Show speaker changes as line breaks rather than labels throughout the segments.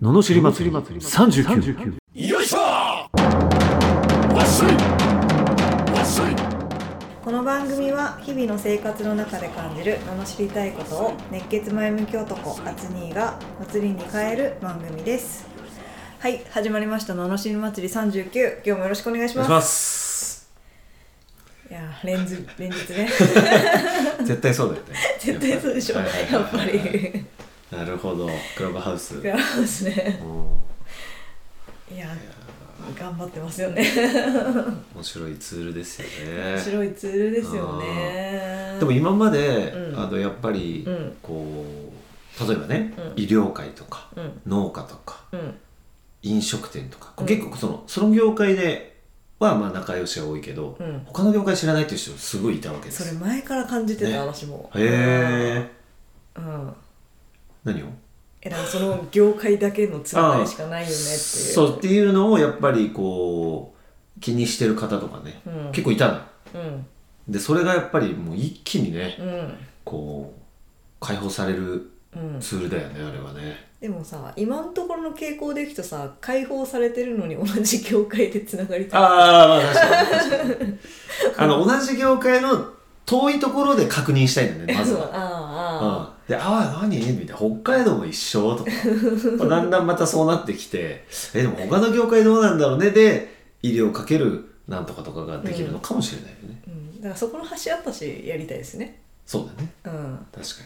ののしり祭り39
よいしょわっしょいわっしょい
この番組は日々の生活の中で感じる罵りたいことを熱血前向き男アツニーが祭りに変える番組ですはい始まりました罵り祭り39今日もよろしくお願いし
お願
ま
い
す
します
いやー連日連 日ね
絶対そうだよね
絶対そうでしょ
はいはいはい
やっぱり
なるほどクラブハウス
クラブハウスね
も
いや頑張ってますよね
面白いツールですよ
面
ね
白いツールですよね
でも今まで、
うん
あのやっぱり、
うん
こう例えばね、
うん
医療界とか
うん
農家とか
うん
飲食店とか、こう
うん
結構そのその業界ではまあ仲良しは多いけど、
うん
他の業界知らないっていう人すごいいたわけで
それ
す
前から感じてた、
ね
私も
へえ
うん
何を
えだからその業界だけのつながりしかないよねっていう
そうっていうのをやっぱりこう気にしてる方とかね、
うん
結構いたの
うん
でそれがやっぱりもう一気にね、
うん
こう解放される
うん
ツールだよねあれはね
でもさ今のところの傾向でいくとさ解放されてるのに同じ業界でつながりたい
ああまあ確かに確かにあの同じ業界の遠いところで確認したいんだ ねまず
そう
は。
あ
うん、で「ああ何?」みたいな「北海道も一緒」 とかだんだんまたそうなってきて「えでも他の業界どうなんだろうね」で医療かけるなんとかとかができるのかもしれないよね、
あ、うん、だからそこの橋渡しやりたいですね
そうだね
うん、
確か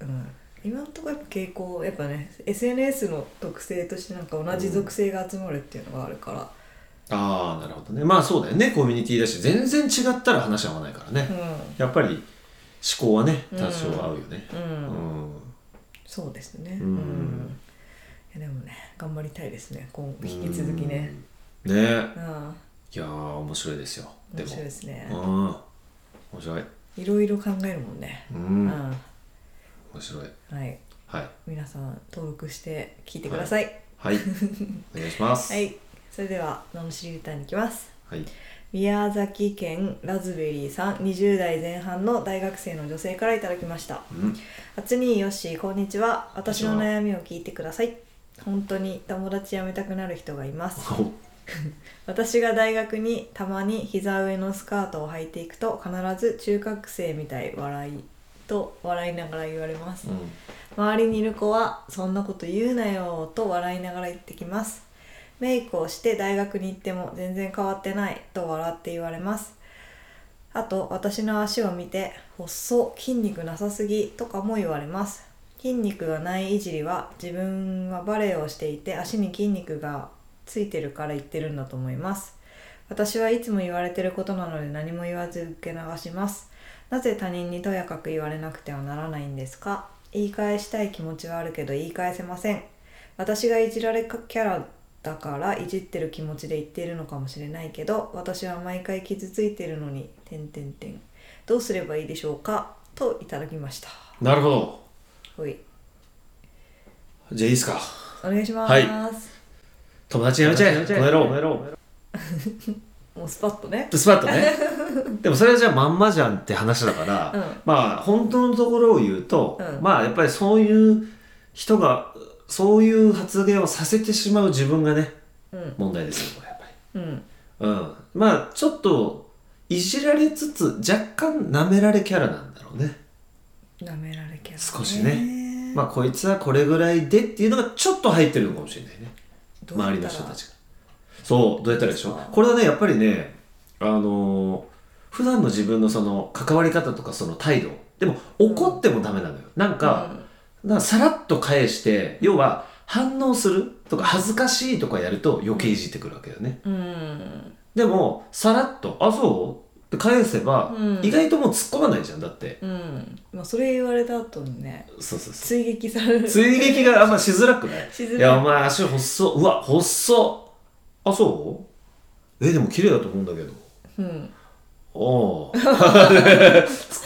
うん、今のところやっぱ傾向やっぱね SNS の特性としてなんか同じ属性が集まるっていうのがあるから
にああなるほどねまあそうだよねコミュニティだし全然違ったら話は合わないからね、
う
やっぱり思考はね多少合うよね
ん、
う
う
んん、
そうですね
うん
いやでもね頑張りたいですね今後引き続きね
うんね
うん
いやー面白いですよで
面
も
白いですね
うん面白い
いろいろ考えるもんね
う
うん
面
ん
白い
はい
はい
皆さん登録して聞いてください
はいお願いします
はい、それでは「ののしり歌」に行きます
はい
宮崎県ラズベリーさん20代前半の大学生の女性からいただきました
うん
あつにーよっしーこんにちは私
こ
の
んにち
悩みを聞いてください本当に友達辞めたくなる人がいます
お
私が大学にたまに膝上のスカートを履いていくと必ず中学生みたい笑いと笑いながら言われます
うん
周りにいる子は「そんなこと言うなよ」と笑いながら言ってきますメイクをして大学に行っても全然変わってないと笑って言われますあと私の足を見て「細っ筋肉なさすぎ」とかも言われます筋肉がないいじりは自分はバレエをしていて足に筋肉がついてるから言ってるんだと思います私はいつも言われてることなので何も言わず受け流しますなぜ他人にとやかく言われなくてはならないんですか言い返したい気持ちはあるけど言い返せません私がいじられキャラだからいじってる気持ちで言っているのかもしれないけど私は毎回傷ついてるのに点点点どうすればいいでしょうかといただきました
なるほど
ほい
じゃあいいですか
お願いします、
はい友達やめちゃえこの野郎
もうスパッとね
スパッとね でもそれはじゃあまんまじゃんって話だから、
うん
まあ本当のところを言うと、
うん
まあやっぱりそういう人がそういう発言をさせてしまう自分がね
うん
問題ですよこれやっぱり。
うん
うん、まあちょっといじられつつ若干なめられキャラなんだろうね。
なめられキャラ、
少しねまあこいつはこれぐらいでっていうのがちょっと入ってるのかもしれないね。
どうや
周
っ
り
た
の
ら
人たちがそうどうやったらでしょ
どう
う
ですか
これはねやっぱりねあのー普段の自分のその関わり方とかその態度でも怒ってもダメなのよ、なんか,、なんかさらっと返して要は反応するとか恥ずかしいとかやると余計いじってくるわけだよね
うん、うん
でもさらっと「あそう?」って返せば、
うん
意外ともう突っ込まないじゃんだって
うんまあ、それ言われた後にね
そうそうそう
追撃される
追撃があんましづらくない
しづらい
いやお前足細そううわ細っあそうえでも綺麗だと思うんだけど
うん
おお 突っ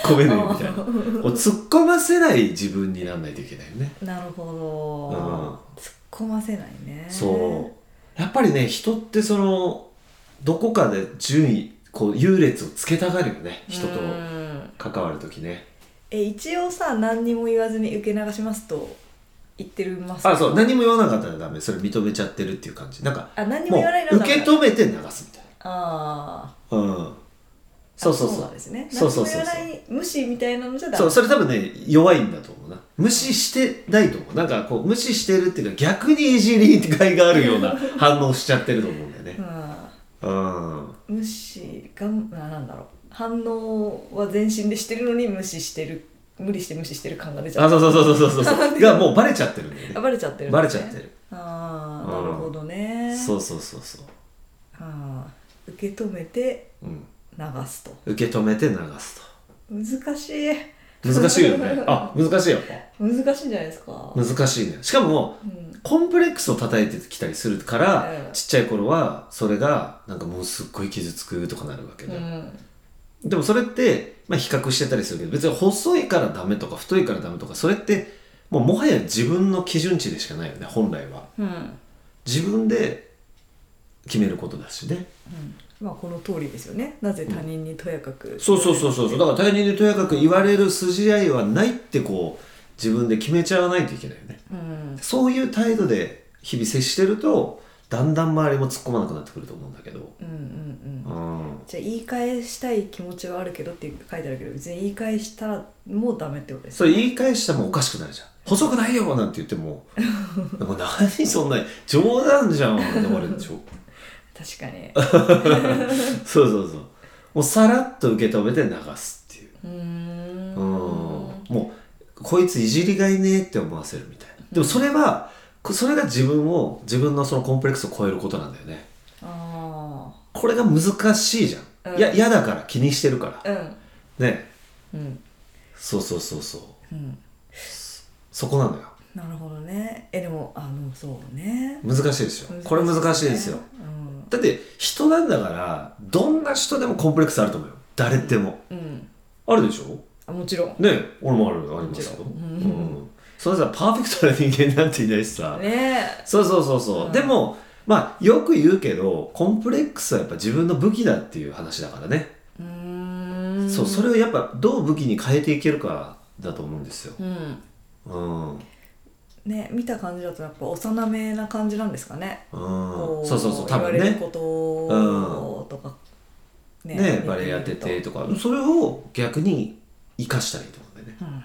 込めないみたいなこう突っ込ませない自分にならないといけないよね
なるほど、
うん
突っ込ませないね
そうやっぱりね人ってそのどこかで順位こう優劣をつけたがるよね人と
うん
関わる時ね
え一応さ何にも言わずに受け流しますと言ってるます
あそう何も言わなかったらダメそれ認めちゃってるっていう感じなんか
あ何にも
も
言われ
う
る
受け止めて流すみたい
あー
なうん
あ
そうそう
そう
そ
な
うん
ですね
そうそうそう
何も言わない無視みたいなのじゃダメ
そうそれ多分ね弱いんだと思うな無視してないと思うなんかこう無視してるっていうか逆にいじりがいがあるような反応しちゃってると思うんだよね
うん
うん
無視がんあなんだろう反応は全身でしてるのに無視してる無理して無視してる感が出ちゃ
あ
う
そうそうそうそうそうそうがもうバレちゃってるんだよね
あバレちゃってるんだ
バ
ね、
レちゃってる
ああ
うん
なるほどね
そうそうそうそう
あー受け止めて
うん
流すと
受け止めて流す
難しい
と難しいよ ねあ難しいやっ
難しいんじゃないですか
ぱ難しいねしかも
うん
コンプレックスを叩いてきたりするから、
うん
ちっちゃい頃はそれがなんかもうすっごい傷つくとかなるわけ
う
で、
ん
でもそれって、まあ、比較してたりするけど別に細いからダメとか太いからダメとかそれってもうもはや自分の基準値でしかないよね本来は
うん
自分で決めることだしね
まあこの通りですよねなぜ他人にとやかく
そうそうそうそうそうだから他人にとやかく言われる筋合いはないってこう自分で決めちゃわないといけないよね
うん
そういう態度で日々接してるとだんだん周りも突っ込まなくなってくると思うんだけど
うんうんうん
うん
じゃあ言い返したい気持ちはあるけどって書いてあるけど別に言い返したらもうダメってことです
それ言い返したらもうおかしくなるじゃん細くないよなんて言って もでも何そんな冗談じゃんって思われるでしょ
確 かに
そうそうそうもうさらっと受け止めて流すっていう
うーん
うんもうこいついじりがいねえって思わせるみたいなでもそれはこそれが自分を自分のそのコンプレックスを超えることなんだよね
あ
これが難しいじゃん、
うん
いや嫌だから気にしてるから
あうん
ね
うん
そうそうそうそう
うん
そこなのよ
なるほどねえでもあのそうね
難しいですよ
難しいね
これ難しいですよ
うん
だって人なんだからどんな人でもコンプレックスあると思うよ誰でも、
うん
あるでしょ
あもちろん
ねえ俺もあるありますよ、
もちろん
うん、それさパーフェクトな人間なんていないしさ、
ね
そうそうそうそう、
うん
でもまあよく言うけどコンプレックスはやっぱ自分の武器だっていう話だからね、
えうーん
そうそれをやっぱどう武器に変えていけるかだと思うんですよ、
うん
うんうん
ね見た感じだとやっぱ幼めな感じなんですかねこ
そうそうそう多分
言わ
ね
れることとかね
ねバレエやっててとかそれを逆に生かしたらいいと思うんだよね
うん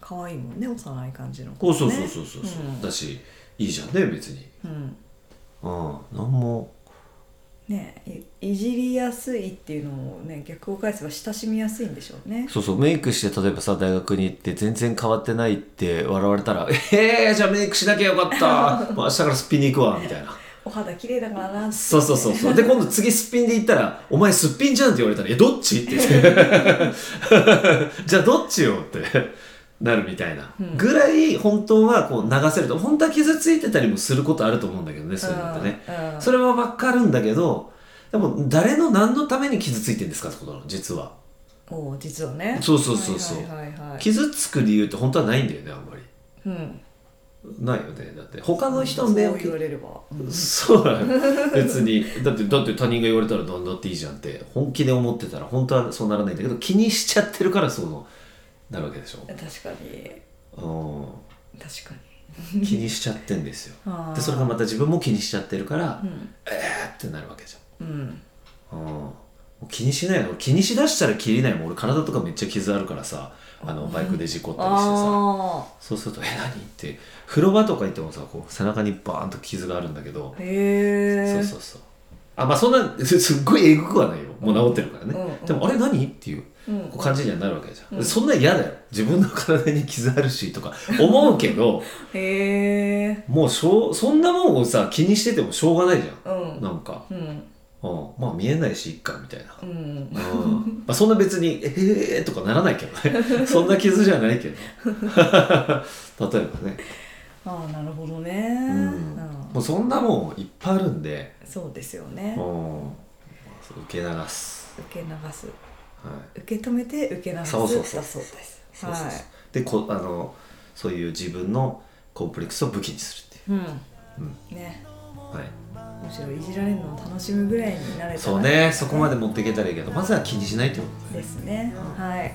可愛いもんね幼い感じの
こ
子ね、
うそうそうそうそうそう、
うん
だしいいじゃんね別に
うん
うん何も
ねいいじりやすいっていうのをね逆を返せば親しみやすいんでしょうね
そうそうメイクして例えばさ大学に行って全然変わってないって笑われた ら「えー、じゃあメイクしなきゃよかった もう明日からすっぴんに行くわ」みたいな
お肌綺麗だからな
そうそうそうそうで今度次すっぴんで行ったら「お前すっぴんじゃん」って言われたら「えどっち?」 って言って「じゃあどっちよ」ってなるみたいな
うん
ぐらい本当はこう流せると本当は傷ついてたりもすることあると思うんだけどねそういうのってね、
うんうん
それはわかるんだけど、でも誰の何のために傷ついてるんですかってことなの、実は。
おう実はね
そうそうそうそう
はいはいはいはい
傷つく理由って本当はないんだよね、あんまり。
うん
ないよね。だって、他の人の目を
そう言われれば、うん
そうなの別にだってだって他人が言われたらどんどんっていいじゃんって本気で思ってたら本当はそうならないんだけど気にしちゃってるからそうのなるわけでし
確かに
ょ、
確かに
うん、気にしちゃってんですよ
あー
でそれがまた自分も気にしちゃってるから、
うん
えーってなるわけじゃん
うん
うんもう気にしないの俺気にしだしたら切りないもん俺体とかめっちゃ傷あるからさあのバイクで事故ったりしてさ
あ
そうすると「え何?」って風呂場とか行ってもさこう背中にバーンと傷があるんだけど
あへ
そ
え
うそうそうあまあそんなすっごいえぐくはないよもう治ってるからね、
うんうん
でも「あれ何?」っていう
うん
こう感じにはなるわけじゃん、
うん
そんなん嫌だよ自分の体に傷あるしとか思うけど
へえ
もうしょうそんなもんをさ気にしててもしょうがないじゃ
うん
んなんか、
うん
うん、まあ見えないしいっかみたいな
うん
うんまあ、そんな別に「ええー」とかならないけど ねそんな傷じゃないけど 例えばね、
ああなるほどね、
うん、
うん
もうそんなもんいっぱいあるんで、
そうですよね
うん、受け流す、
受け流す
はい、
受け止めて受け流す
そうそうそう
だそうです
そうそうそう
はい
でこあのそういう自分のコンプレックスを武器にするっていううん
ね
う、はい、
むしろいじられるのを楽しむぐらいになれたら
そうねそこまで持っていけたらいいけどまずは気にしないってこ
ですねはい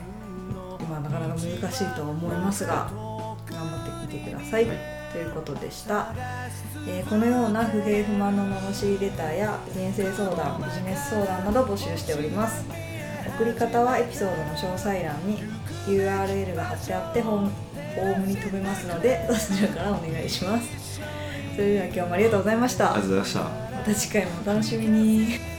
今はなかなか難しいとは思いますが頑張っていきてください、
はい
ということでした、えーこのような不平不満の罵りレターや人生相談ビジネス相談など募集しております送り方はエピソードの詳細欄に URL が貼ってあってホームホームに飛べますのでそちらからお願いしますそれでは今日もありがとうございました
ありがとうございました
また次回もお楽しみに